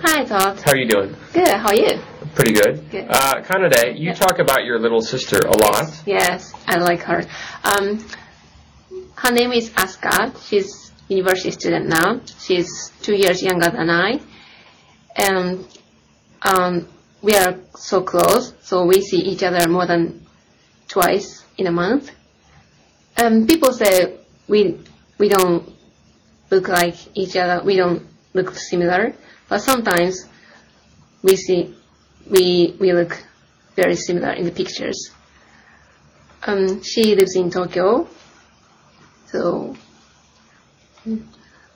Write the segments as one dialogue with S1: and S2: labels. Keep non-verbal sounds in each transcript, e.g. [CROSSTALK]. S1: Hi, Todd.
S2: How are you doing?
S1: Good. How are you?
S2: Pretty good.
S1: Good.
S2: Uh, Kanade, you talk about your little sister a lot.
S1: Yes, I like her. Um, her name is Asuka. She's university student now. She's two years younger than I, and um, we are so close. So we see each other more than twice in a month. Um, people say we we don't look like each other. We don't look similar, but sometimes we see we we look very similar in the pictures. Um, she lives in Tokyo, so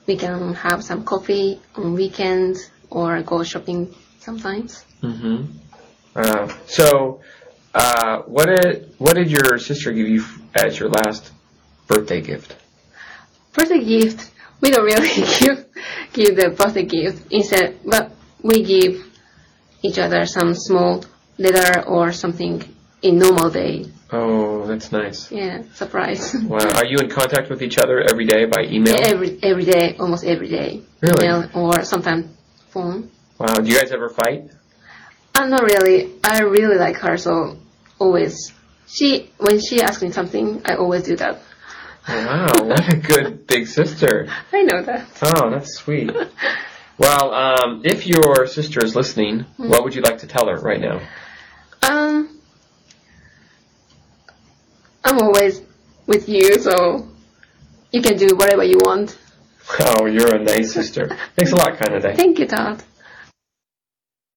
S1: we can have some coffee on weekends or go shopping sometimes.
S2: Mm-hmm. Uh, so, uh, what did what did your sister give you f- as your last birthday gift?
S1: Birthday gift, we don't really [LAUGHS] give give the birthday gift instead, but we give each other some small letter or something in normal day.
S2: Oh, that's nice.
S1: Yeah, surprise.
S2: Wow. Are you in contact with each other every day by email?
S1: [LAUGHS] every every day, almost every day.
S2: Really?
S1: Email or sometimes phone.
S2: Wow. Do you guys ever fight?
S1: Uh, not really. I really like her, so always. She when she asks me something, I always do that. [LAUGHS]
S2: Wow. What a good big sister.
S1: I know that. [LAUGHS]
S2: Oh, that's sweet. Well, um, if your sister is listening,
S1: Mm-hmm.
S2: what would you like to tell her right now?
S1: Um, I'm always with you, so you can do whatever you want.
S2: Oh, you're a nice sister. Thanks a lot, Kanade.
S1: Thank you, Todd.